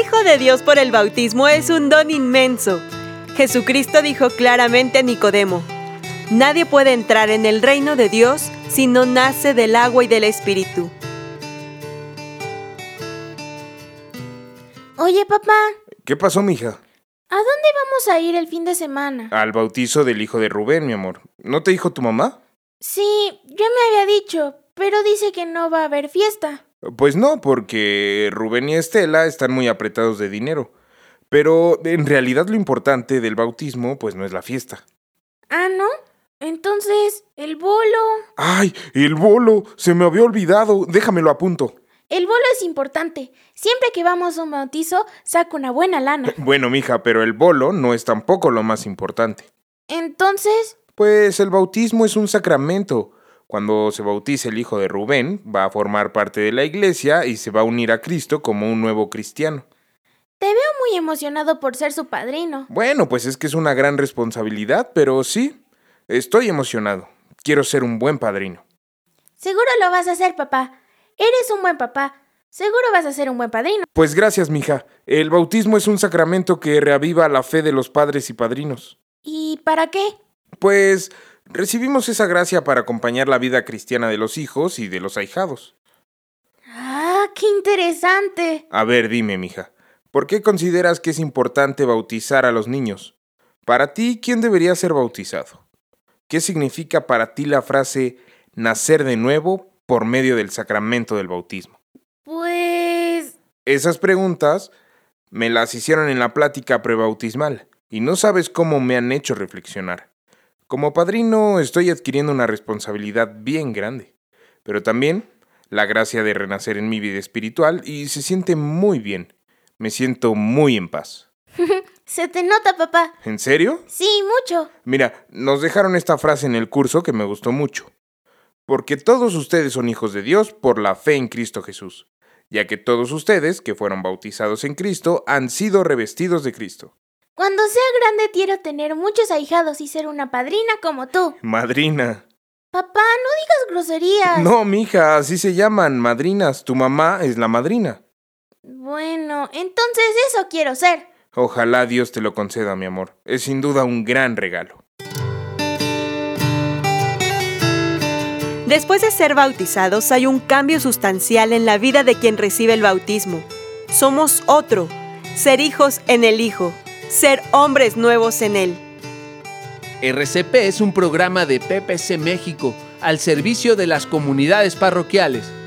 Hijo de Dios por el bautismo es un don inmenso. Jesucristo dijo claramente a Nicodemo, Nadie puede entrar en el reino de Dios si no nace del agua y del Espíritu. Oye, papá, ¿Qué pasó, mija? ¿a dónde vamos a ir el fin de semana? Al bautizo del hijo de Rubén, mi amor. ¿No te dijo tu mamá? Sí, yo me había dicho, pero dice que no va a haber fiesta. Pues no, porque Rubén y Estela están muy apretados de dinero. Pero en realidad lo importante del bautismo, pues no es la fiesta. Ah, ¿no? Entonces, el bolo. ¡Ay! ¡El bolo! Se me había olvidado. Déjamelo apunto. El bolo es importante. Siempre que vamos a un bautizo, saco una buena lana. Bueno, mija, pero el bolo no es tampoco lo más importante. Entonces, Pues el bautismo es un sacramento. Cuando se bautice el hijo de Rubén, va a formar parte de la iglesia y se va a unir a Cristo como un nuevo cristiano. te veo muy emocionado por ser su padrino. Bueno, pues es que es una gran responsabilidad, pero sí, estoy emocionado. Quiero ser un buen padrino. Seguro lo vas a hacer, papá. Eres un buen papá. Seguro vas a ser un buen padrino. Pues gracias, mija. El bautismo es un sacramento que reaviva la fe de los padres y padrinos. ¿Y para qué? Pues recibimos esa gracia para acompañar la vida cristiana de los hijos y de los ahijados. Ah, qué interesante. A ver, dime, mija, ¿por qué consideras que es importante bautizar a los niños? Para ti, ¿quién debería ser bautizado? ¿Qué significa para ti la frase nacer de nuevo por medio del sacramento del bautismo? Pues... Esas preguntas me las hicieron en la plática prebautismal y no sabes cómo me han hecho reflexionar. Como padrino estoy adquiriendo una responsabilidad bien grande, pero también la gracia de renacer en mi vida espiritual y se siente muy bien. Me siento muy en paz. Se te nota, papá. ¿En serio? Sí, mucho. Mira, nos dejaron esta frase en el curso que me gustó mucho. Porque todos ustedes son hijos de Dios por la fe en Cristo Jesús, ya que todos ustedes que fueron bautizados en Cristo han sido revestidos de Cristo. Cuando sea grande quiero tener muchos ahijados y ser una padrina como tú. Madrina. Papá, no digas groserías. No, mija, así se llaman, madrinas. Tu mamá es la madrina. Bueno, entonces eso quiero ser. Ojalá Dios te lo conceda, mi amor. Es sin duda un gran regalo. Después de ser bautizados hay un cambio sustancial en la vida de quien recibe el bautismo. Somos otro, ser hijos en el Hijo, ser hombres nuevos en Él. RCP es un programa de PPC México al servicio de las comunidades parroquiales.